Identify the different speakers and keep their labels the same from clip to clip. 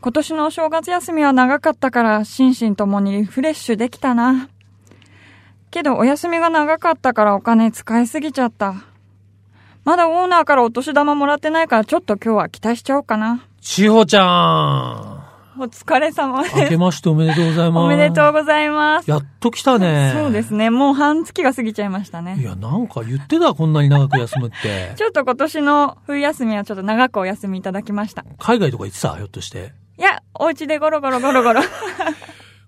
Speaker 1: 今年のお正月休みは長かったから心身ともにリフレッシュできたな。けどお休みが長かったからお金使いすぎちゃった。まだオーナーからお年玉もらってないからちょっと今日は期待しちゃおうかな。
Speaker 2: 千穂ちゃん。
Speaker 1: お疲れ様です。
Speaker 2: 明けましておめでとうございます。
Speaker 1: おめでとうございます。
Speaker 2: やっと来たね。
Speaker 1: そうですね。もう半月が過ぎちゃいましたね。
Speaker 2: いや、なんか言ってた、こんなに長く休むって。
Speaker 1: ちょっと今年の冬休みはちょっと長くお休みいただきました。
Speaker 2: 海外とか行ってたひょっとして。
Speaker 1: いや、お家でゴロゴロゴロ ゴロ。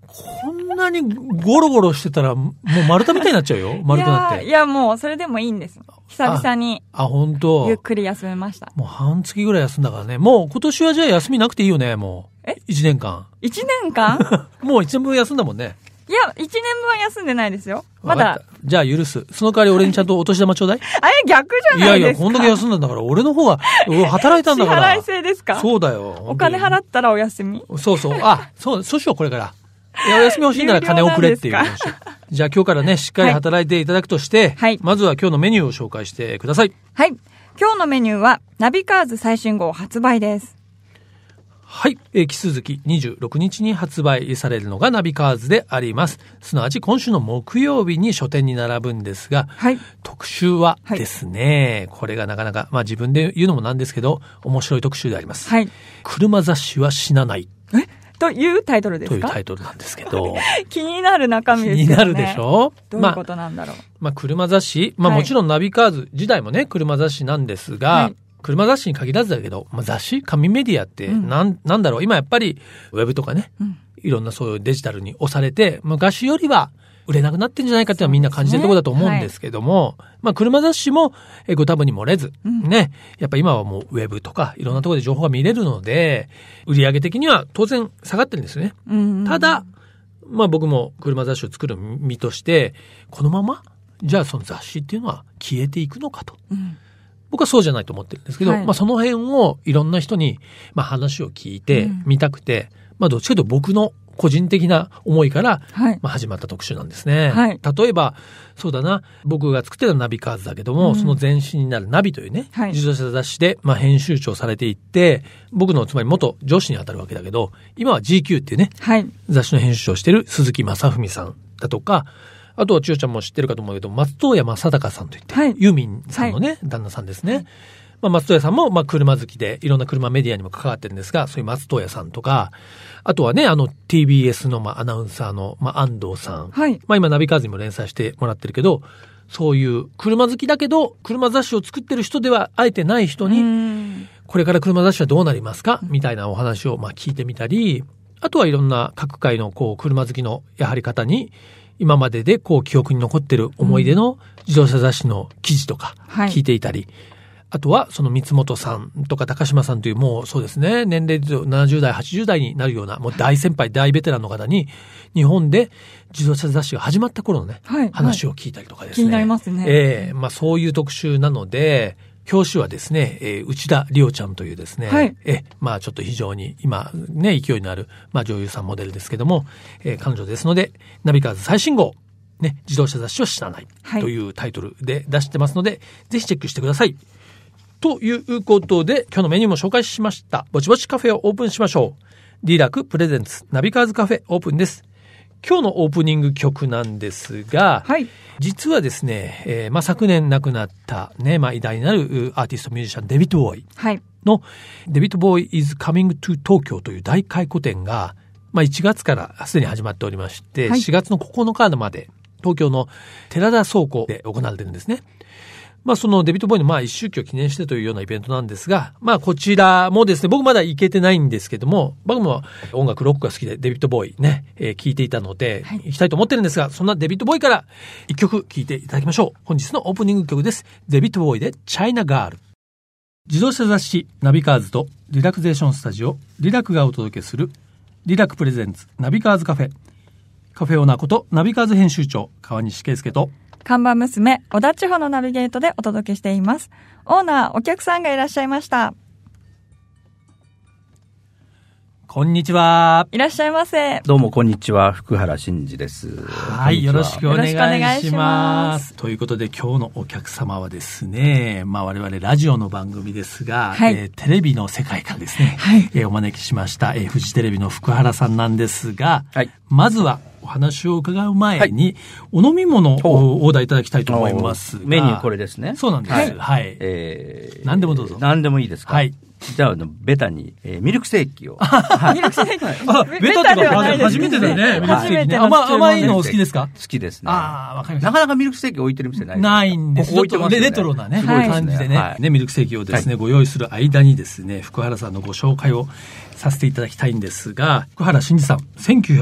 Speaker 2: こんなにゴロゴロしてたら、もう丸太みたいになっちゃうよ。丸太だって
Speaker 1: い。いや、もうそれでもいいんです。久々に。
Speaker 2: あ、本当。
Speaker 1: ゆっくり休めました。
Speaker 2: もう半月ぐらい休んだからね。もう今年はじゃあ休みなくていいよね、もう。え ?1 年間。
Speaker 1: 1年 間
Speaker 2: もう1年分休んだもんね。
Speaker 1: いや、1年分は休んでないですよ。まだ。
Speaker 2: じゃあ許す。その代わり俺にちゃんとお年玉ちょうだい
Speaker 1: あれ逆じゃない
Speaker 2: ですか。いやいや、こんだけ休んだんだから、俺の方が、俺働いたんだから。
Speaker 1: 支払い制ですか
Speaker 2: そうだよ。
Speaker 1: お金払ったらお休み
Speaker 2: そうそう。あ、そう、そうしよう、これから。いや、お休み欲しいなら金をくれっていう話。じゃあ今日からね、しっかり働いていただくとして、はい、まずは今日のメニューを紹介してください。
Speaker 1: はい。今日のメニューは、ナビカーズ最新号発売です。
Speaker 2: はい。えー、木鈴木26日に発売されるのがナビカーズであります。すなわち今週の木曜日に書店に並ぶんですが、はい、特集はですね、はい、これがなかなか、まあ自分で言うのもなんですけど、面白い特集であります。はい、車雑誌は死なない。
Speaker 1: えというタイトルです
Speaker 2: というタイトルなんですけど。
Speaker 1: 気になる中身です
Speaker 2: ね。気になるでしょ
Speaker 1: どういうことなんだろう。ま
Speaker 2: あ、まあ、車雑誌、まあ、もちろんナビカーズ時代もね、車雑誌なんですが、はい、車雑誌に限らずだけど、まあ、雑誌紙メディアってなん、うん、なんだろう今やっぱりウェブとかね、うん、いろんなそういうデジタルに押されて、昔よりは売れなくなってんじゃないかっていうのはみんな感じてるところだと思うんですけども、ねはい、まあ車雑誌もご多分に漏れず、うん、ね、やっぱ今はもうウェブとかいろんなところで情報が見れるので、売上的には当然下がってるんですよね。うんうん、ただ、まあ僕も車雑誌を作る身として、このまま、じゃあその雑誌っていうのは消えていくのかと。うん僕はそうじゃないと思ってるんですけど、はい、まあその辺をいろんな人に、まあ、話を聞いてみたくて、うん、まあどっちかというと僕の個人的な思いから、はい、まあ始まった特集なんですね、はい。例えば、そうだな、僕が作ってたナビカーズだけども、うん、その前身になるナビというね、自動車雑誌で、まあ、編集長されていって、僕のつまり元上司に当たるわけだけど、今は GQ っていうね、雑誌の編集長をしてる鈴木正文さんだとか、あとは千代ちゃんも知ってるかと思うけど、松任谷正隆さんといって、はい、ユーミンさんのね、はい、旦那さんですね。はい、まあ、松任谷さんも、まあ、車好きで、いろんな車メディアにも関わってるんですが、そういう松任谷さんとか、あとはね、あの、TBS の、まあ、アナウンサーの、まあ、安藤さん。はい、まあ、今、ナビカーズにも連載してもらってるけど、そういう車好きだけど、車雑誌を作ってる人ではあえてない人に、これから車雑誌はどうなりますかみたいなお話を、まあ、聞いてみたり、あとはいろんな各界の、こう、車好きの、やはり方に、今まででこう記憶に残ってる思い出の自動車雑誌の記事とか聞いていたり、うんはい、あとはその三本さんとか高島さんというもうそうですね、年齢で70代、80代になるようなもう大先輩、大ベテランの方に日本で自動車雑誌が始まった頃のね、はい、話を聞いたりとかです
Speaker 1: 気
Speaker 2: ね。
Speaker 1: になりますね。
Speaker 2: ええー、まあそういう特集なので、表紙はですね、えー、内田理央ちゃんというですね、はい、えまあちょっと非常に今ね、勢いのある、まあ女優さんモデルですけども、えー、彼女ですので、ナビカーズ最新号、ね、自動車雑誌を知らない、はい、というタイトルで出してますので、ぜひチェックしてください。ということで、今日のメニューも紹介しました。ぼちぼちカフェをオープンしましょう。リラクプレゼンツナビカーズカフェオープンです。今日のオープニング曲なんですが、はい、実はですね、えー、まあ、昨年亡くなったね、まあ、偉大なるアーティストミュージシャンデビッド・ボーイの、はい、デビッド・ボーイ is coming to 東京という大回顧展が、まあ、1月からすでに始まっておりまして、はい、4月の9日まで東京の寺田倉庫で行われてるんですね。まあそのデビットボーイのまあ一周期を記念してというようなイベントなんですが、まあこちらもですね、僕まだ行けてないんですけども、僕も音楽ロックが好きでデビットボーイね、えー、聞いていたので、行きたいと思ってるんですが、そんなデビットボーイから一曲聴いていただきましょう。本日のオープニング曲です。デビットボーイでチャイナガール。自動車雑誌ナビカーズとリラクゼーションスタジオリラクがお届けするリラクプレゼンツナビカーズカフェ。カフェオーナーことナビカーズ編集長川西圭介と
Speaker 1: 看板娘、小田地方のナビゲートでお届けしています。オーナー、お客さんがいらっしゃいました。
Speaker 2: こんにちは。
Speaker 1: いらっしゃいませ。
Speaker 3: どうもこんにちは、福原真二です。
Speaker 2: はい、よろしく
Speaker 3: お
Speaker 2: お願
Speaker 1: よろしくお願
Speaker 2: い
Speaker 1: い
Speaker 2: し
Speaker 1: し
Speaker 2: ま。
Speaker 1: ます
Speaker 2: ということで今日のお客様はですね、まあ我々ラジオの番組ですが、
Speaker 1: はい
Speaker 2: えーテレビの世界からですね、
Speaker 1: はい
Speaker 2: えーお招きしました、えーフジテレビの福原さんなんですが、
Speaker 3: はい
Speaker 2: まずはお話を伺う前に、お飲み物をおオーダーいただきたいと思いますが。
Speaker 3: メニューこれですね。
Speaker 2: そうなんです。はい。はい
Speaker 3: えー
Speaker 2: 何でもどうぞ
Speaker 3: 何でもいいですか。
Speaker 2: はい
Speaker 3: じゃあ、あのベタに、えーミルクセーキを。はい
Speaker 1: ミルクセーキ。
Speaker 2: あ、
Speaker 1: ベ
Speaker 2: ベタって
Speaker 1: では
Speaker 2: か
Speaker 1: ないです
Speaker 2: 初めてだよね。ミルク
Speaker 1: 初
Speaker 2: セー
Speaker 1: め
Speaker 2: キね。
Speaker 1: ての
Speaker 2: 甘
Speaker 1: 注文
Speaker 2: 甘いのお好きですか
Speaker 3: 好きですね。
Speaker 2: ああ、わかりました
Speaker 3: な。かなかミルクセーキ置いてる店ない
Speaker 2: ないんです
Speaker 3: ここ置いてますよね
Speaker 2: レトロなね、
Speaker 3: す
Speaker 1: ごいですね
Speaker 2: 感じでね,、
Speaker 3: はい
Speaker 2: ね、ミルクセーキをですね、ご用意する間にですね、福原さんのご紹介をさせていただきたいんですが、福原慎二さん、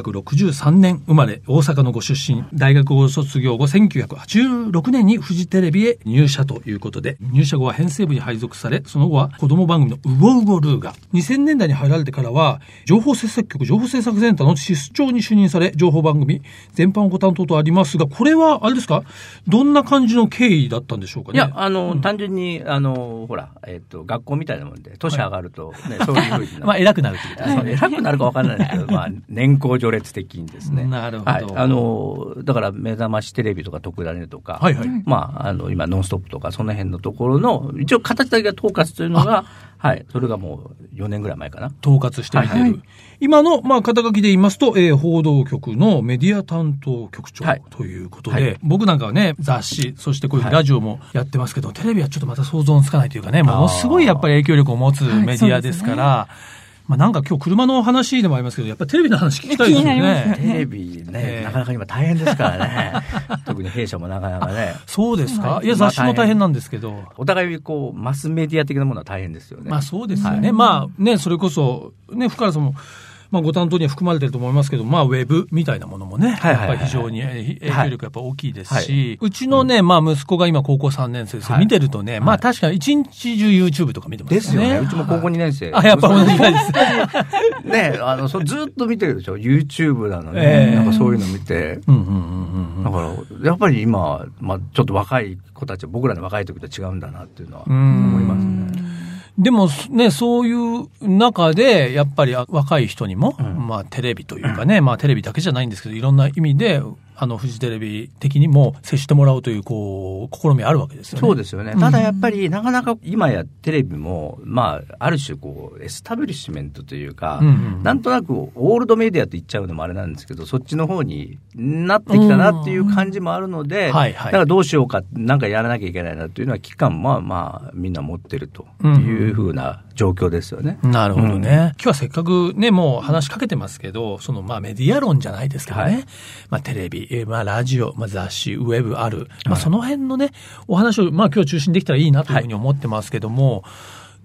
Speaker 2: 1963年生まれ、大阪のご出身、大学を卒業後、1986年にフジテレビへ入社ということで、入社後は編成部に配属され、その後は子供番組のウゴウゴルーガ、2000年代に入られてからは、情報制作局情報制作センターの室長に就任され、情報番組全般をご担当とありますが、これはあれですかどんな感じの経緯だったんでしょうかね
Speaker 3: いや、あの、単純に、あの、ほら、えっ、と、学校みたいなもんで、年上がると、ね、そういうふうになる。
Speaker 2: まあ、偉くなるってことですね。
Speaker 3: そう偉くなるか分からないですけ ど、まあ、年功序列的にですね。
Speaker 2: なるほど
Speaker 3: はい、あの、だから、目覚ましテレビとか、特ダネとか、
Speaker 2: はいはい
Speaker 3: まあ、あの、今、ノンストップとか、その辺のところの、一応、形だけが統括というのが、はい、それがもう4年ぐらい前かな。
Speaker 2: 統括してみてる。
Speaker 3: はい
Speaker 1: はい
Speaker 2: 今の、まあ、肩書きで言いますと、えー報道局のメディア担当局長
Speaker 3: はい
Speaker 2: ということで、
Speaker 3: はい
Speaker 2: 僕なんかはね、雑誌、そしてこういうラジオもやってますけど、テレビはちょっとまた想像つかないというかね、ものすごいやっぱり影響力を持つメディアですから、まあ、なんか今日車の話でもありますけど、やっぱりテレビの話聞きたいですよ
Speaker 1: 気になります
Speaker 2: ね
Speaker 1: よ。
Speaker 3: テレビね、なかなか今大変ですからね。特に弊社もなかなかね。
Speaker 2: そうですか、
Speaker 3: はい
Speaker 2: いや、雑誌も大変なんですけど。
Speaker 3: お互いこう、マスメディア的なものは大変ですよね。
Speaker 2: まあそうですよね。まあね、それこそ、ね、福原さんも、まあご担当には含まれてると思いますけど、まあウェブみたいなものもね、
Speaker 3: はいはいはい
Speaker 2: やっぱり非常にえー影響力やっぱ大きいですし、
Speaker 3: は
Speaker 2: うちのね、まあ息子が今高校3年生ですけど、
Speaker 3: はい
Speaker 2: 見てるとね、まあ確かに一日中 YouTube とか見てます
Speaker 3: ですよね。うちも高校2年生。
Speaker 2: あ、やっぱ同じぐらいです。
Speaker 3: ね、あの、そうずっと見てるでしょ。YouTube なのに、
Speaker 2: ええ
Speaker 3: なんか そういうの見て。
Speaker 2: うんうんうん
Speaker 3: だから、やっぱり今、まあ、ちょっと若い子たち、僕らの若い時と違うんだなっていうのは
Speaker 2: うん。うん
Speaker 3: 思いますね。
Speaker 2: でもね、そういう中で、やっぱりあ若い人にも、まあテレビというかね、まあテレビだけじゃないんですけど、いろんな意味で、あの、フジテレビ的にも接してもらおうという、こう、試みあるわけですよね。
Speaker 3: そうですよね。ただやっぱり、なかなか今やテレビも、まあ、ある種こう、エスタブリッシュメントというか、
Speaker 2: うんうん
Speaker 3: なんとなくオールドメディアと言っちゃうのもあれなんですけど、そっちの方になってきたなっていう感じもあるので、
Speaker 2: うんはいはい
Speaker 3: だからどうしようか、なんかやらなきゃいけないなというのは、期間もまあ、みんな持ってるというふうな状況ですよね。
Speaker 2: なるほどね。
Speaker 3: うん
Speaker 2: 今日はせっかくね、もう話しかけてますけど、そのまあメディア論じゃないですけどね。
Speaker 3: はい
Speaker 2: まあテレビ、えーまあラジオ、まあ雑誌、ウェブある。まあその辺のね、お話をまあ今日中心にできたらいいなというふうに思ってますけども、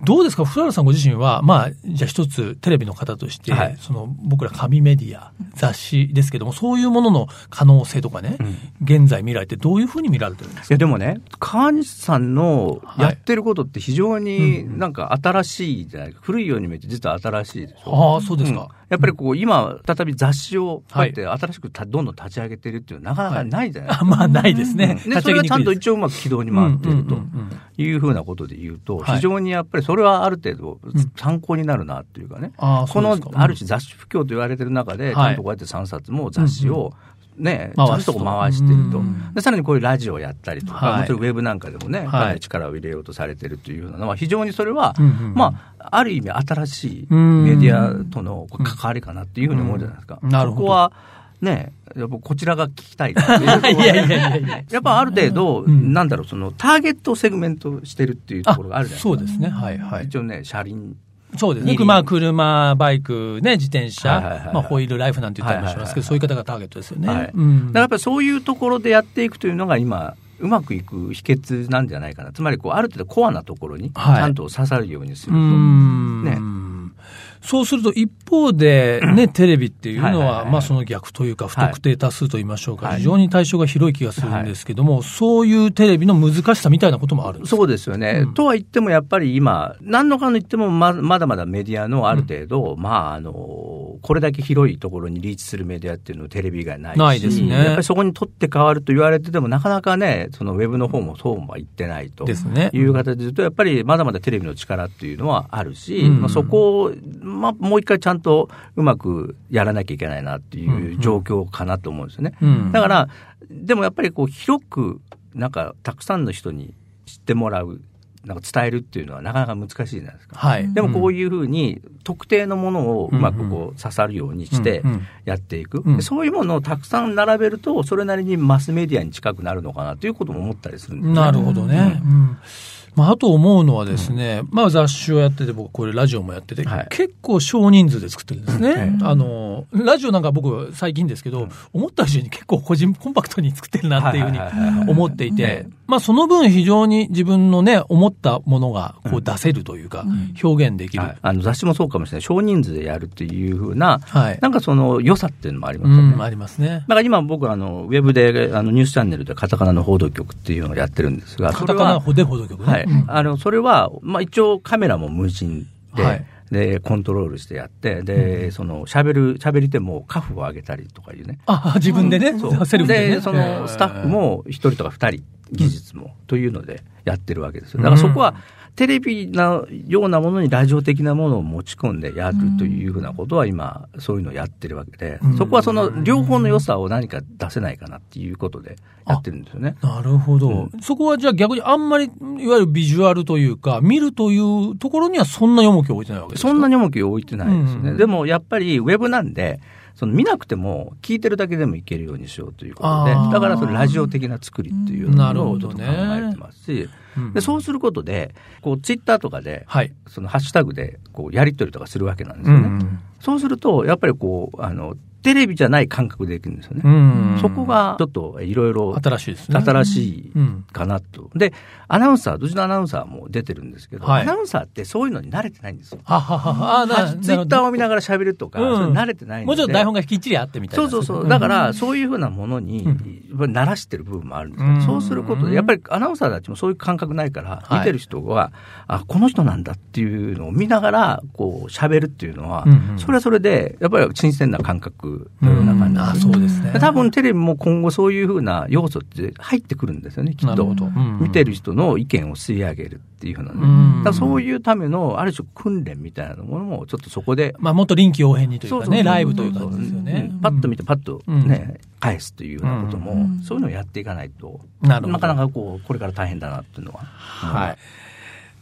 Speaker 2: どうですか福原さんご自身は、まあ、じゃあ一つテレビの方として、
Speaker 3: はい
Speaker 2: その僕ら紙メディア、雑誌ですけども、そういうものの可能性とかね、現在未来ってどういうふうに見られてるんですか
Speaker 3: いやでもね、川西さんの
Speaker 2: はい
Speaker 3: やってることって非常になんか新しいじゃないか、古いように見えて実は新しいでしょ。
Speaker 2: ああ、そうです
Speaker 3: うん
Speaker 2: か。
Speaker 3: やっぱりこう今、再び雑誌をこう
Speaker 2: は
Speaker 3: や
Speaker 2: い
Speaker 3: って新しくたどんどん立ち上げてるっていうのはなかなかないじゃないです
Speaker 2: あ
Speaker 3: か。
Speaker 2: まあ、ないですね。
Speaker 3: でそれがちゃんと
Speaker 2: 立
Speaker 3: 一応うまく軌道に
Speaker 2: ち上
Speaker 3: 回っ
Speaker 2: げに
Speaker 3: て
Speaker 2: くいです
Speaker 3: ると
Speaker 2: うんうんうんうん
Speaker 3: いうふうなことで言うと、
Speaker 2: はい
Speaker 3: 非常にやっぱりそれはある程度参考になるなっていうかね、
Speaker 2: ああそ
Speaker 3: こ
Speaker 2: うで
Speaker 3: の
Speaker 2: すか
Speaker 3: ある種雑誌不況と言われてる中
Speaker 2: は
Speaker 3: で、
Speaker 2: い
Speaker 3: ちゃんとこうやって3冊も雑誌を、ね、ち
Speaker 2: 回すと
Speaker 3: ゃんとこう回してる
Speaker 2: う
Speaker 3: と
Speaker 2: ん
Speaker 3: で、さらにこういうラジオをやったりとか、
Speaker 2: はい
Speaker 3: もちろんウェブなんかでもね、
Speaker 2: い
Speaker 3: かなり力を入れようとされてるというようなのは、非常にそれは、
Speaker 2: うんうん
Speaker 3: まあ、ある意味、新しい
Speaker 2: うん
Speaker 3: メディアとのこう関わりかなっていうふうに思うじゃないですか。
Speaker 2: うんなるほど
Speaker 3: そこはね、やっぱこちらが聞きたいなっていうとこ ろ
Speaker 2: いやいやいやいや
Speaker 3: やっぱある程度、
Speaker 2: ん
Speaker 3: なんだろう、そのターゲットをセグメントしてるっていうところがあるじゃないですか。
Speaker 2: そうですね。はいはい
Speaker 3: 一。応ね、車輪。
Speaker 2: そうですね。
Speaker 3: 二輪
Speaker 2: まあ、車、バイク、ね、自転車、
Speaker 3: はいはいはいはい
Speaker 2: まあ、ホイールライフなんて言ったりもしますけど、そういう方がターゲットですよね。
Speaker 3: はい。だか
Speaker 2: うん
Speaker 3: らやっぱりそういうところでやっていくというのが今、うまくいく秘訣なんじゃないかな。つまり、こう、ある程度コアなところに、ち
Speaker 2: はい
Speaker 3: ゃんと刺さるようにする
Speaker 2: う
Speaker 3: と。
Speaker 2: ん
Speaker 3: ね
Speaker 2: そうすると一方で、ね、テレビっていうの
Speaker 3: はいはいは
Speaker 2: は、
Speaker 3: いはい
Speaker 2: まあその逆というか、不特定多数と言いましょうか、
Speaker 3: はい
Speaker 2: 非常に対象が広い気がするんですけども、そういうテレビの難しさみたいなこともあるんです
Speaker 3: そうですよね、とは言っても、やっぱり今、何のかの言ってもま、まだまだメディアのある程度、まああの、これだけ広いところにリーチするメディアっていうのはテレビ以外ないし、
Speaker 2: ないですね
Speaker 3: やっぱりそこに取って変わると言われてても、なかなかね、そのウェブの方もそうも言ってないと。
Speaker 2: ですね。
Speaker 3: いう形で言うと、やっぱりまだまだテレビの力っていうのはあるし、
Speaker 2: うん
Speaker 3: まあ、そこを、まあ、もう一回ちゃんとうまくやらなきゃいけないなっていう状況かなと思うんですよね。
Speaker 2: うん
Speaker 3: だから、でもやっぱりこう広く、なんかたくさんの人に知ってもらう、なんか伝えるっていうのはなかなか難しいじゃないですか。
Speaker 2: はい。
Speaker 3: でもこう
Speaker 2: い
Speaker 3: いうふうに特定のものをうまくこう刺さるようにして
Speaker 2: うんうん
Speaker 3: やっていく、
Speaker 2: うん
Speaker 3: そういうものをたくさん並べるとそれなりにマスメディアに近くなるのかなということも思ったりするんですね
Speaker 2: なるほどね。うんまあ、あと思うのはですね、まあ雑誌をやってて、僕これラジオもやってて、
Speaker 3: はい
Speaker 2: 結構少人数で作ってるんですね。
Speaker 3: うん
Speaker 2: あの、ラジオなんか僕最近ですけど、思った以上に結構個人コンパクトに作ってるなっていうふうに
Speaker 3: はいはいはいはい
Speaker 2: 思っていて
Speaker 3: う、
Speaker 2: まあその分非常に自分のね、思ったものがこう出せるというか、表現できる。
Speaker 3: はいあの雑誌もそうかもしれない少人数でやるっていうふうな、
Speaker 2: はい
Speaker 3: なんかその良さっていうのもあります
Speaker 2: う
Speaker 3: よね。
Speaker 2: ん、ありますね。
Speaker 3: だから今僕あの、ウェブで、あの、ニュースチャンネルでカタカナの報道局っていうのをやってるんですが、
Speaker 2: カ
Speaker 3: そ
Speaker 2: タ
Speaker 3: れ
Speaker 2: カナ
Speaker 3: は、
Speaker 2: ほでほど曲ね。
Speaker 3: はい
Speaker 2: うん。
Speaker 3: あの、それは、まあ一応カメラも無人で、
Speaker 2: はい
Speaker 3: で、コントロールしてやって、で、その、喋る、喋り手もカフを上げたりとかいうね。
Speaker 2: あ、自分でね、セルフでね。
Speaker 3: で、その、スタッフも一人とか二人、技術も、というのでやってるわけですよ。だからそこ
Speaker 2: うん
Speaker 3: は、テレビのようなものにラジオ的なものを持ち込んでやるというふうなことは今、そういうのをやってるわけで
Speaker 2: うん、
Speaker 3: そこはその両方の良さを何か出せないかなっていうことでやってるんですよね。
Speaker 2: なるほど、そこはじゃあ逆にあんまり、いわゆるビジュアルというか、見るというところにはそんな重きを置いてないわけですか
Speaker 3: そんなに重きを置いてないですよ
Speaker 2: う
Speaker 3: ね。
Speaker 2: ん
Speaker 3: でもやっぱりウェブなんで、その見なくても聞いてるだけでもいけるようにしようということで
Speaker 2: あー、
Speaker 3: だからそのラジオ的な作りっていう
Speaker 2: なる
Speaker 3: の
Speaker 2: ほ
Speaker 3: をち
Speaker 2: ど
Speaker 3: ょっと考
Speaker 2: ね
Speaker 3: えてますし、
Speaker 2: うん
Speaker 3: でそうすることで、こうツイッターとかで、
Speaker 2: はい。
Speaker 3: そのハッシュタグでこうやり取りとかするわけなんです
Speaker 2: う
Speaker 3: よね。
Speaker 2: ん。
Speaker 3: そうすると、やっぱりこう、あの、テレビじゃない感覚でできるんですよね。
Speaker 2: うん。
Speaker 3: そこ、がちょっといろいろ
Speaker 2: 新しいですね。
Speaker 3: 新しい
Speaker 2: うん。
Speaker 3: かなと。で、アナウンサー、うちのアナウンサーも出てるんですけど、
Speaker 2: はい
Speaker 3: アナウンサーってそういうのに慣れてないんですよ。
Speaker 2: はははは。あ、
Speaker 3: ツイ
Speaker 2: な、なるほ
Speaker 3: ッターを見ながら喋るとか、
Speaker 2: うん
Speaker 3: それ慣れてないんで。
Speaker 2: もうちょっと台本がきっちりあってみたい
Speaker 3: そ
Speaker 2: な。、
Speaker 3: うそうそう。だからら、そういうふうなものに、慣らしてる部分もあるんです
Speaker 2: うん
Speaker 3: よ。そうすることで、やっぱりアナウンサーたちもそういう感覚ないから、
Speaker 2: はい
Speaker 3: 見てる人は、あ、この人なんだっていうのを見ながら、こう、喋るっていうのは
Speaker 2: うんう、ん
Speaker 3: それはそれで、やっぱり新鮮な感
Speaker 2: う
Speaker 3: 覚のような感じ
Speaker 2: ん。
Speaker 3: なん
Speaker 2: あ、
Speaker 3: です
Speaker 2: そ
Speaker 3: よ
Speaker 2: うですね。
Speaker 3: 多分テレビも今後そういうふうな要素って入ってくるんですよね、き
Speaker 2: な
Speaker 3: っ
Speaker 2: る
Speaker 3: と
Speaker 2: ほ。ど。うん
Speaker 3: 見てる人の意見を吸い上げるっていうふうなね。
Speaker 2: うん
Speaker 3: だからそういうための、ある種訓練みたいなものも、ちょっとそこで
Speaker 2: まあ、もっと臨機応変にというか
Speaker 3: そうそう
Speaker 2: ね、
Speaker 3: そう
Speaker 2: ライブという感じですよね
Speaker 3: う。んパッと見てパッとね、返すというようなことも、
Speaker 1: うん
Speaker 3: そういうのをやっていかないと、
Speaker 2: なるほど
Speaker 3: かなかこう、これから大変だなっていうのは。
Speaker 2: はい。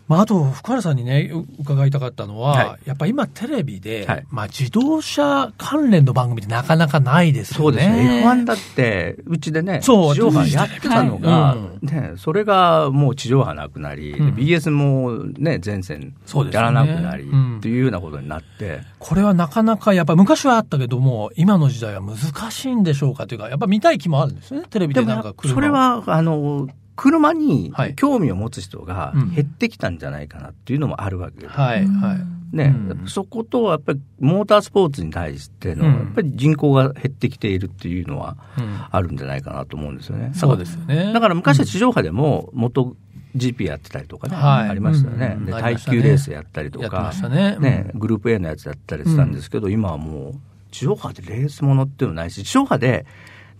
Speaker 2: まあ、あと、福原さんにね、う伺いたかったのは、
Speaker 3: は
Speaker 2: やっぱ今テレビで、
Speaker 3: はい
Speaker 2: まあ自動車関連の番組ってなかなかないです
Speaker 3: そ
Speaker 2: よ
Speaker 3: うですね。
Speaker 2: ね。
Speaker 3: F1 だって、うちでね、
Speaker 2: そう
Speaker 3: 地上波やってたのが、
Speaker 2: はいうん
Speaker 3: ね、それがもう地上波なくなり、
Speaker 2: うん
Speaker 3: BS もね、全線
Speaker 2: そうです
Speaker 3: や
Speaker 2: よね
Speaker 3: らなくなり
Speaker 2: うん
Speaker 3: っていうようなことになって、
Speaker 2: これはなかなか、やっぱ昔はあったけども、今の時代は難しいんでしょうかというか、やっぱ見たい気もあるんですよね。テレビ
Speaker 3: で
Speaker 2: でなん
Speaker 3: も
Speaker 2: か車を
Speaker 3: それ、は、あの、車に
Speaker 2: はい
Speaker 3: 興味を持つ人が
Speaker 2: うん
Speaker 3: 減ってきたんじゃないかなっていうのもあるわけです。
Speaker 2: はい、はい。
Speaker 3: ね、
Speaker 2: うん
Speaker 3: そことはやっぱりモータースポーツに対しての、
Speaker 2: うん
Speaker 3: やっぱり人口が減ってきているっていうのは
Speaker 2: うん
Speaker 3: あるんじゃないかなと思うんですよね。
Speaker 2: そうですよね。
Speaker 3: だから昔は地上波でも元 GP やってたりとかね、
Speaker 2: はい
Speaker 3: ありましたよね、
Speaker 2: うん
Speaker 3: で
Speaker 2: あり
Speaker 3: 耐
Speaker 2: ましたね
Speaker 3: 久レースやったりと
Speaker 2: やってま
Speaker 3: か
Speaker 2: し、たね。
Speaker 3: ね、グループ A のやつやったりしたんですけど、今はもう地上波でレースものっていうのないし、地上波で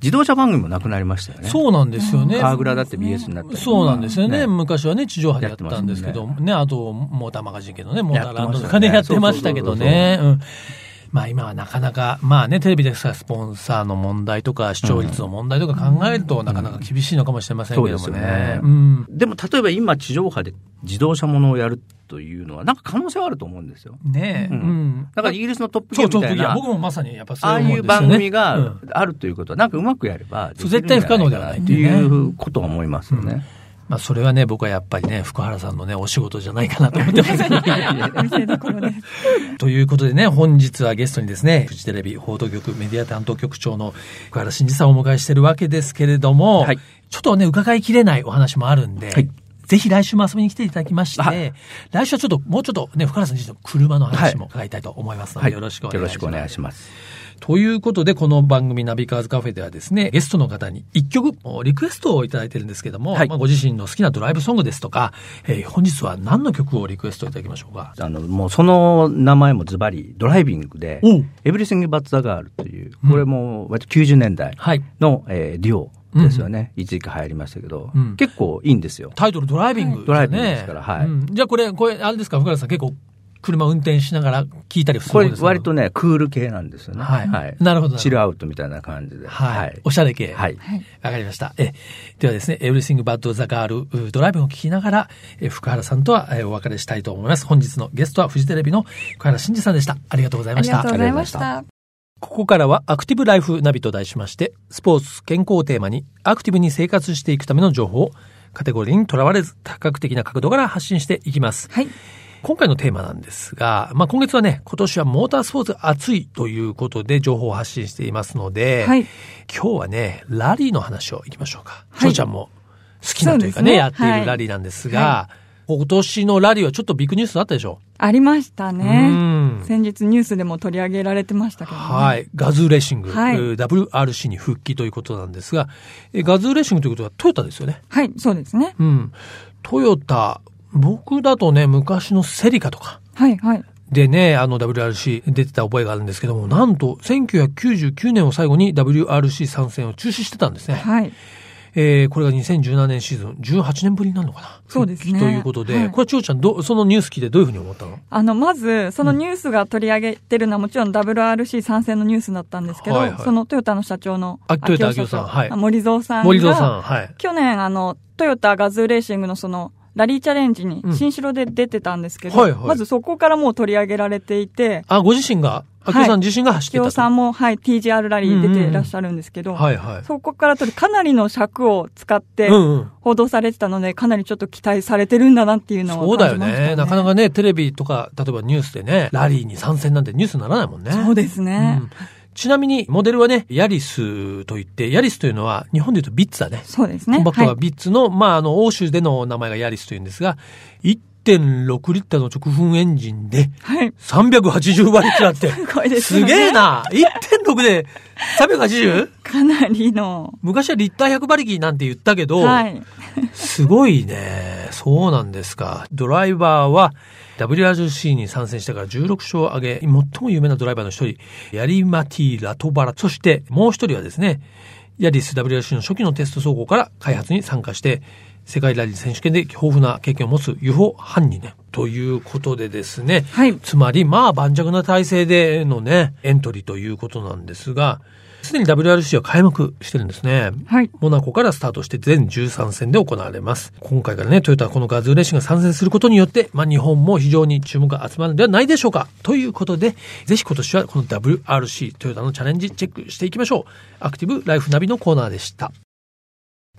Speaker 3: 自動車番組もなくなりましたよ
Speaker 2: うん
Speaker 3: ね。
Speaker 2: そうなんですよね。
Speaker 3: 川倉だって BS になったりとか
Speaker 2: そうなんですよね。昔はね、地上波でやったんですけ
Speaker 3: や
Speaker 2: ど、
Speaker 3: っ
Speaker 2: ねあと、モーターマガジンけどね、モーターランドとか
Speaker 3: やってました
Speaker 2: ね、
Speaker 3: ね
Speaker 2: やってましたけどね。うんまあ今はなかなか、まあね、テレビでさ、スポンサーの問題とか、視聴率の問題とか考えると、なかなか厳しいのかもしれませんけども
Speaker 3: そうですよ
Speaker 2: ね
Speaker 3: ね。
Speaker 2: うん
Speaker 3: でも例えば今地上波で自動車ものをやるというのは、なんか可能性はあると思うんですよ。
Speaker 2: ねえ。う
Speaker 3: うん
Speaker 2: ん。
Speaker 3: だからイギリスのトップ
Speaker 2: そ
Speaker 3: ゲー
Speaker 2: う、
Speaker 3: ム
Speaker 2: ト
Speaker 3: み
Speaker 2: ップ
Speaker 3: たい
Speaker 2: ギア。
Speaker 3: な、
Speaker 2: 僕もまさにやっぱそ
Speaker 3: あ
Speaker 2: う
Speaker 3: あ
Speaker 2: いうもん
Speaker 3: い
Speaker 2: ですよ
Speaker 3: う
Speaker 2: ね
Speaker 3: 番組
Speaker 2: う
Speaker 3: が
Speaker 2: ん
Speaker 3: あるということは、なんかうまくやればできるんじゃ
Speaker 2: 絶対不可能ではない
Speaker 3: っていうことは思いますよね。
Speaker 2: まあそれはね、僕はやっぱりね、福原さんのね、お仕事じゃないかなと思って ますけど。
Speaker 1: 見せどころです。
Speaker 2: ということでね、本日はゲストにですね、フジテレビ報道局メディア担当局長の福原慎二さんをお迎えしているわけですけれども、
Speaker 3: はい
Speaker 2: ちょっとね、伺いきれないお話もあるんで、
Speaker 3: はい
Speaker 2: ぜひ来週も遊びに来ていただきまして、
Speaker 3: はい
Speaker 2: 来週はちょっと、もうちょっとね、福原さん自身の車の
Speaker 3: は
Speaker 2: 話
Speaker 3: い
Speaker 2: も伺いたいと思いますので、
Speaker 3: はい
Speaker 2: よろしくお
Speaker 3: よ
Speaker 2: 願い
Speaker 3: ろ
Speaker 2: し
Speaker 3: し
Speaker 2: ます。
Speaker 3: くお願いします。
Speaker 2: ということで、この番組ナビカーズカフェではですね、ゲストの方に一曲、おリクエストをいただいてるんですけども、
Speaker 3: はい
Speaker 2: まあ、ご自身の好きなドライブソングですとか、えー本日は何の曲をリクエストいただきましょうか。
Speaker 3: あの、もうその名前もズバリ、ドライビングで
Speaker 2: おう、
Speaker 3: エブリシング・バッツ・ザ・ガールという、これも割と90年代
Speaker 2: はい。
Speaker 3: の、えーデュオですよね。一時期流行りましたけど、
Speaker 2: うん
Speaker 3: 結構いいんですよ。
Speaker 2: タイトルドライビング、
Speaker 3: ドライビングですからはい
Speaker 2: うんじゃあこれ、これ、あれですか、福原さん結構車運転しながら聞いたりす
Speaker 3: こ
Speaker 2: るん
Speaker 3: れ
Speaker 2: です
Speaker 3: 割とね、クール系なんですよね。
Speaker 2: はいなるほどなるほど
Speaker 3: チルアウトみたいな感じで。
Speaker 2: はい、おしゃれ系。
Speaker 3: はい
Speaker 1: はい。
Speaker 2: わかりました。え、ではですね、Everything But the Girl うドライブを聞きながら、え福原さんとはえお別れしたいと思います。本日のゲストはフジテレビの福原慎二さんでした。ありがとうござい
Speaker 1: あ
Speaker 2: ま
Speaker 1: り
Speaker 2: した
Speaker 1: がとう。ございまし
Speaker 3: ありが
Speaker 1: た。
Speaker 2: ここからはアクティブライフナビと題しまして、スポーツ、健康をテーマにアクティブに生活していくための情報をカテゴリーにとらわれず多角的な角度から発信していきます。
Speaker 1: はい。
Speaker 2: 今回のテーマなんですが、まあ、今月はね、今年はモータースポーツ熱いということで情報を発信していますので、
Speaker 1: はい。
Speaker 2: 今日はね、ラリーの話をいきましょうか。
Speaker 1: はい
Speaker 2: 翔、ちゃんも好きなというかね、や
Speaker 1: そう
Speaker 2: っ
Speaker 1: です
Speaker 2: て
Speaker 1: ね
Speaker 2: いるラリーなんですが、今年のラリーはちょっとビッグニュースだったでしょ
Speaker 1: ありました
Speaker 2: う
Speaker 1: ね。
Speaker 2: ん
Speaker 1: 先日ニュースでも取り上げられてましたけど、ね。
Speaker 2: はい。ガズーレーシング、
Speaker 1: はい
Speaker 2: えー WRC に復帰ということなんですが、えーガズーレーシングということはトヨタですよね。
Speaker 1: はい、そうですね。
Speaker 2: うん。トヨタ、僕だとね、昔のセリカとか
Speaker 1: はい、はい。
Speaker 2: でね、あの WRC 出てた覚えがあるんですけども、なんと1999年を最後に WRC 参戦を中止してたんですね。
Speaker 1: はい。
Speaker 2: えーこれが2017年シーズン、18年ぶりになるのかな
Speaker 1: そうですね
Speaker 2: 復帰ということで、
Speaker 1: はい
Speaker 2: これ、千代ちゃんどう、そのニュース聞いてどういうふうに思ったの
Speaker 1: あの、まず、そのニュースが取り上げてるのはもちろん WRC 参戦のニュースだったんですけど、
Speaker 2: はいはい
Speaker 1: そのトヨタの社長の
Speaker 2: あトヨタ
Speaker 1: 秋夫社長
Speaker 2: 秋夫さんはい
Speaker 1: あ森蔵さんが
Speaker 2: 森蔵さん、はい。
Speaker 1: 去年、あの、トヨタガズーレーシングのその、ラリーチャレンジに
Speaker 2: うん
Speaker 1: 新城で出てたんですけど、
Speaker 2: はいはい
Speaker 1: まずそこからもう取り上げられていて、
Speaker 2: あ、ご自身が、あ
Speaker 1: はい
Speaker 2: きおさん自身が走って
Speaker 1: 清
Speaker 2: た
Speaker 1: 尾
Speaker 2: と。
Speaker 1: さんも、はい、TGR ラリー出ていらっしゃるんですけど、
Speaker 2: はいはい。
Speaker 1: そこから取るかなりの尺を使って
Speaker 2: うんうん。
Speaker 1: 報道されてたので、かなりちょっと期待されてるんだなっていうのは
Speaker 2: そうだよ
Speaker 1: 感じました
Speaker 2: ね。なかなかね、テレビとか、例えばニュースでね、ラリーに参戦なんてニュースにならないもんね。
Speaker 1: そうですね。
Speaker 2: うんちなみに、モデルはね、ヤリスといって、ヤリスというのは、日本で言うとビッツだね。
Speaker 1: そうです
Speaker 2: コ
Speaker 1: ね。
Speaker 2: ンパクト
Speaker 1: は。
Speaker 2: はいビッツの、まあ、あの、欧州での名前がヤリスというんですが、1.6リッターの直噴エンジンで、
Speaker 1: はい。
Speaker 2: 380馬力だって。
Speaker 1: すごい です
Speaker 2: す
Speaker 1: よね。
Speaker 2: げえな !1.6 で 380?
Speaker 1: かなりの。
Speaker 2: 昔はリッター100馬力なんて言ったけど、
Speaker 1: はい。
Speaker 2: すごいね。そうなんですか。ドライバーは WRC に参戦してから16勝を挙げ、最も有名なドライバーの一人、ヤリマティ・ラトバラ。そしてもう一人はですね、ヤリス WRC の初期のテスト走行から開発に参加して、世界ラリー選手権で豊富な経験を持つユホ・ハンニね。ということでですね、
Speaker 1: はい。
Speaker 2: つまり、まあ、盤石な体制でのね、エントリーということなんですが、すでに WRC は開幕してるんですね。
Speaker 1: はい。
Speaker 2: モナコからスタートして全13戦で行われます。今回からね、トヨタはこのガズーレーシングが参戦することによって、まあ日本も非常に注目が集まるのではないでしょうか。ということで、ぜひ今年はこの WRC トヨタのチャレンジチェックしていきましょう。アクティブライフナビのコーナーでした。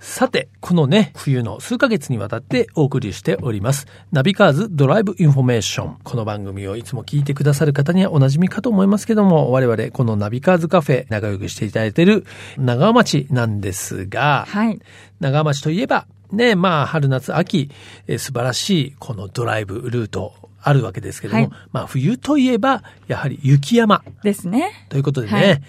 Speaker 2: さて、このね、冬の数ヶ月にわたってお送りしております。ナビカーズドライブインフォメーション。この番組をいつも聞いてくださる方にはお馴染みかと思いますけども、我々このナビカーズカフェ、仲良くしていただいている長町なんですが、
Speaker 1: はい。
Speaker 2: 長町といえば、ね、まあ、春夏秋、えー素晴らしいこのドライブルートあるわけですけども、
Speaker 1: はい
Speaker 2: まあ、冬といえば、やはり雪山。
Speaker 1: ですね。
Speaker 2: ということでね、
Speaker 1: はい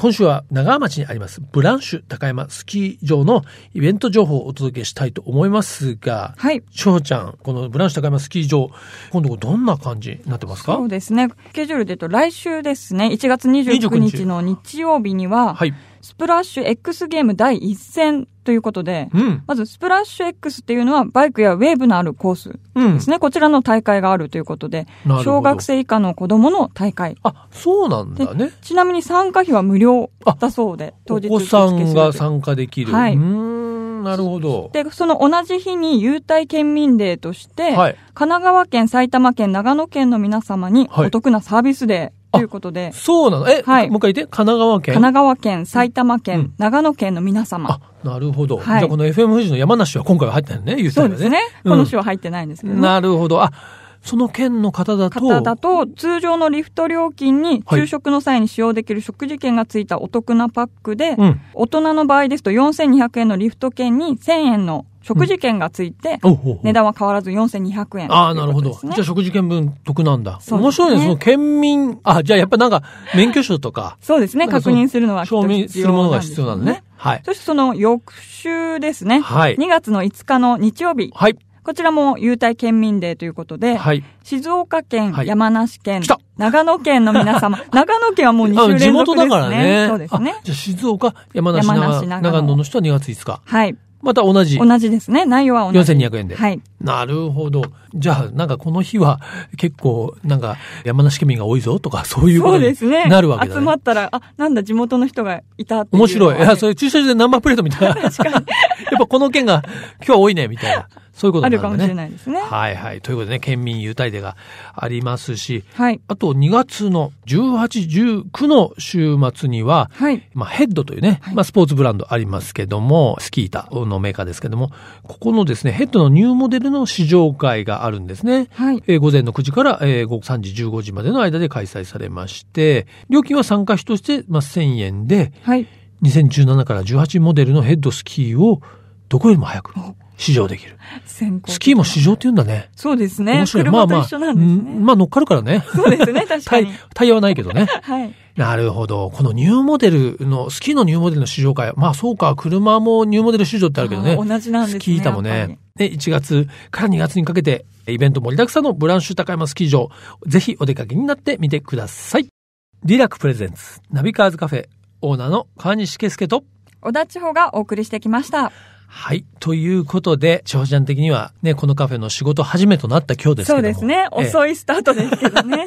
Speaker 2: 今週は長浜町にありますブランシュ高山スキー場のイベント情報をお届けしたいと思いますが、
Speaker 1: はい。
Speaker 2: しょうちゃん、このブランシュ高山スキー場、今度どんな感じになってますか
Speaker 1: そうですね。スケジュールで言うと、来週ですね、1月29
Speaker 2: 29
Speaker 1: 日の日曜日には、
Speaker 2: はい。
Speaker 1: スプラッシュ X ゲーム第一戦ということで、
Speaker 2: うん。
Speaker 1: まずスプラッシュ X っていうのはバイクやウェーブのあるコース
Speaker 2: うん
Speaker 1: で。すね。こちらの大会があるということで
Speaker 2: なるほど、
Speaker 1: 小学生以下の子供の大会。
Speaker 2: あ、そうなんだね。
Speaker 1: ちなみに参加費は無料だそうで、当
Speaker 2: お
Speaker 1: 日
Speaker 2: 子さんが
Speaker 1: 受付する
Speaker 2: 参加できる。
Speaker 1: はいう
Speaker 2: ーん、なるほど。
Speaker 1: で、その同じ日に優待県民デーとして、
Speaker 2: はい
Speaker 1: 神奈川県、埼玉県、長野県の皆様に
Speaker 2: はい
Speaker 1: お得なサービスデーということで、
Speaker 2: そうなのえ、
Speaker 1: はい
Speaker 2: もう一回言って、神奈川県
Speaker 1: 神奈川県、埼玉県、
Speaker 2: うん
Speaker 1: 長野県の皆様。
Speaker 2: あ、なるほど。
Speaker 1: はい
Speaker 2: じゃあこの FM 富士の山梨は今回は入ってないのね、言って
Speaker 1: そ
Speaker 2: た
Speaker 1: う
Speaker 2: よ
Speaker 1: ですね。
Speaker 2: うん
Speaker 1: この種は入ってないんですけど、ね、
Speaker 2: なるほど。あ、その県の方だと。
Speaker 1: 方だと、通常のリフト料金に
Speaker 2: はい
Speaker 1: 昼食の際に使用できる食事券がついたお得なパックで、
Speaker 2: うん。
Speaker 1: 大人の場合ですと4200円のリフト券に1000円の食事券がついて、
Speaker 2: おうおうおう
Speaker 1: 値段は変わらず4200円。
Speaker 2: ああ、なるほ
Speaker 1: とい
Speaker 2: ど。
Speaker 1: うことです
Speaker 2: じ
Speaker 1: ね
Speaker 2: ゃあ食事券分得なん
Speaker 1: そ
Speaker 2: だ。
Speaker 1: うですね、
Speaker 2: 面白いね。その県民、あ、じゃあやっぱなんか免許証とか
Speaker 1: そうですね。
Speaker 2: なんか
Speaker 1: 確
Speaker 2: その
Speaker 1: 認する のはきっ
Speaker 2: 証
Speaker 1: と
Speaker 2: 明するものが必要な
Speaker 1: 必要な
Speaker 2: の
Speaker 1: んです
Speaker 2: ね
Speaker 1: よ。
Speaker 2: はい。
Speaker 1: そしてその翌週ですね。
Speaker 2: はい
Speaker 1: 2月の5日の日曜日。
Speaker 2: はい。
Speaker 1: こちらも優待県民デーということで、
Speaker 2: はい。
Speaker 1: 静岡県、
Speaker 2: はい
Speaker 1: 山梨県
Speaker 2: 来た、
Speaker 1: 長野県の皆 様。長野県はもう2週
Speaker 2: あ地
Speaker 1: 連続
Speaker 2: 元
Speaker 1: ですね。
Speaker 2: だからね。
Speaker 1: そうですね
Speaker 2: あ。じゃあ静岡、山梨、
Speaker 1: 山
Speaker 2: 長
Speaker 1: 梨
Speaker 2: 野
Speaker 1: 長野
Speaker 2: 長野の人は2月5日。
Speaker 1: はい。
Speaker 2: また同じ
Speaker 1: 同じですね。内容は同じ。
Speaker 2: 4200円で。
Speaker 1: はい。
Speaker 2: なるほど。じゃあ、なんかこの日は結構、なんか山梨県民が多いぞとか、そういうこ
Speaker 1: そ
Speaker 2: と
Speaker 1: うで
Speaker 2: に
Speaker 1: すね。
Speaker 2: なるわけだ、ね。
Speaker 1: 集まったら、あ、なんだ、地元の人がいたっていう。
Speaker 2: 面白い。いや、そ
Speaker 1: れ。
Speaker 2: れ駐車場でナンバープレートみたいな。やっぱこの県が今日は多いね、みたいな。そういうこと
Speaker 1: あ
Speaker 2: に
Speaker 1: る
Speaker 2: な
Speaker 1: か
Speaker 2: るん
Speaker 1: も
Speaker 2: だ
Speaker 1: しれ
Speaker 2: ね。
Speaker 1: ないですね。
Speaker 2: はいはい。ということでね、県民優待デーがありますし、
Speaker 1: はい。
Speaker 2: あと2月の18、19の週末には、
Speaker 1: はい。
Speaker 2: まあ、ヘッドというね、
Speaker 1: はい
Speaker 2: まあ、スポーツブランドありますけども、スキー板のメーカーですけども、ここのですね、ヘッドのニューモデルの試乗会があるんですね。
Speaker 1: はい。
Speaker 2: えー午前の9時から、えー午後3時15時までの間で開催されまして、料金は参加費として、まあ、1000円で、
Speaker 1: はい。
Speaker 2: 2017から18モデルのヘッドスキーをどこよりも早く
Speaker 1: お
Speaker 2: 試乗できる。
Speaker 1: 先行。
Speaker 2: スキーも試乗って言うんだね。
Speaker 1: そうですね。
Speaker 2: 面白い。
Speaker 1: 車
Speaker 2: まあ
Speaker 1: と
Speaker 2: ま
Speaker 1: 一緒
Speaker 2: あ、
Speaker 1: な
Speaker 2: うん
Speaker 1: ですね。
Speaker 2: んまあ乗っかるからね。
Speaker 1: そう ですね、確
Speaker 2: タ
Speaker 1: か
Speaker 2: イ
Speaker 1: に。、
Speaker 2: タイヤはないけどね。
Speaker 1: はい。
Speaker 2: なるほど。このニューモデルの、スキーのニューモデルの試乗会。まあそうか、車もニューモデル試乗ってあるけどね。
Speaker 1: あー同じなんですね
Speaker 2: スキー板も
Speaker 1: やっぱ
Speaker 2: ね。で、1月から2月にかけて、イベント盛りだくさんのブランシュ高山スキー場。ぜひお出かけになってみてください。リラックプレゼンツ、ナビカーズカフェ、オーナーの川西圭介と、
Speaker 1: 小田千穂がお送りしてきました。
Speaker 2: はい。ということで、千穂ちゃん的にはね、このカフェの仕事始めとなった今日ですけ
Speaker 1: そ
Speaker 2: ども。
Speaker 1: うですね。
Speaker 2: ええ
Speaker 1: 遅いスタートですけ どね。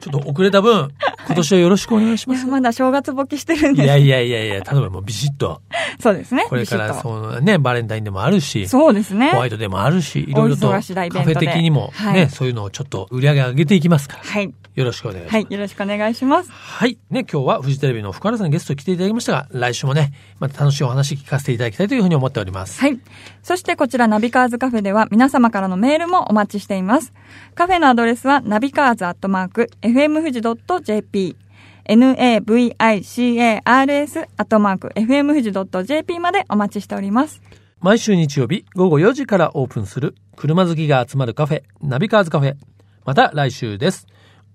Speaker 2: ちょっと遅れた分、今年はよろしくお願いし
Speaker 1: い
Speaker 2: ま
Speaker 1: や、
Speaker 2: す。
Speaker 1: まだ正月ぼきしてるん
Speaker 2: い
Speaker 1: で
Speaker 2: や
Speaker 1: す。
Speaker 2: いやいやいや、頼むもうビシッと。
Speaker 1: そうですね。
Speaker 2: これか
Speaker 1: ビシ
Speaker 2: ら
Speaker 1: ッと
Speaker 2: そのね、バレンタインでもあるし、
Speaker 1: そうですね
Speaker 2: ホ。ワイトでもあるし、いろいろと
Speaker 1: お
Speaker 2: カ
Speaker 1: 忙
Speaker 2: フ
Speaker 1: しいイベントで
Speaker 2: ェ的にも
Speaker 1: は
Speaker 2: ね、
Speaker 1: い
Speaker 2: そういうのをちょっと売り上げ上げていきますから、
Speaker 1: はい。
Speaker 2: よろしくお願いします。
Speaker 1: はい。よろしくお願いします。
Speaker 2: はい。ね、今日はフジテレビの福原さんゲストに来ていただきましたが、来週もね、また楽しいお話聞かせていただきたいというふうに思っております。
Speaker 1: はい。そしてこちらナビカーズカフェでは皆様からのメールもお待ちしています。カフェのアドレスはナビカーズアットマーク FMFUJI.jp navicars アットマーク FMFUJI.jp までお待ちしております。
Speaker 2: 毎週日曜日午後4時からオープンする車好きが集まるカフェ、ナビカーズカフェ。また来週です。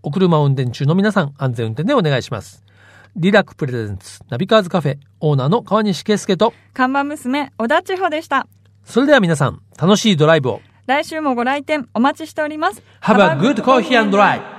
Speaker 2: お車を運転中の皆さん、安全運転でお願いします。リラックプレゼンツ、ナビカーズカフェ、オーナーの川西圭介と、
Speaker 1: 看板娘、小田千穂でした。
Speaker 2: それでは皆さん、楽しいドライブを。
Speaker 1: 来週もご来店お待ちしております。
Speaker 2: Have a good coffee and drive!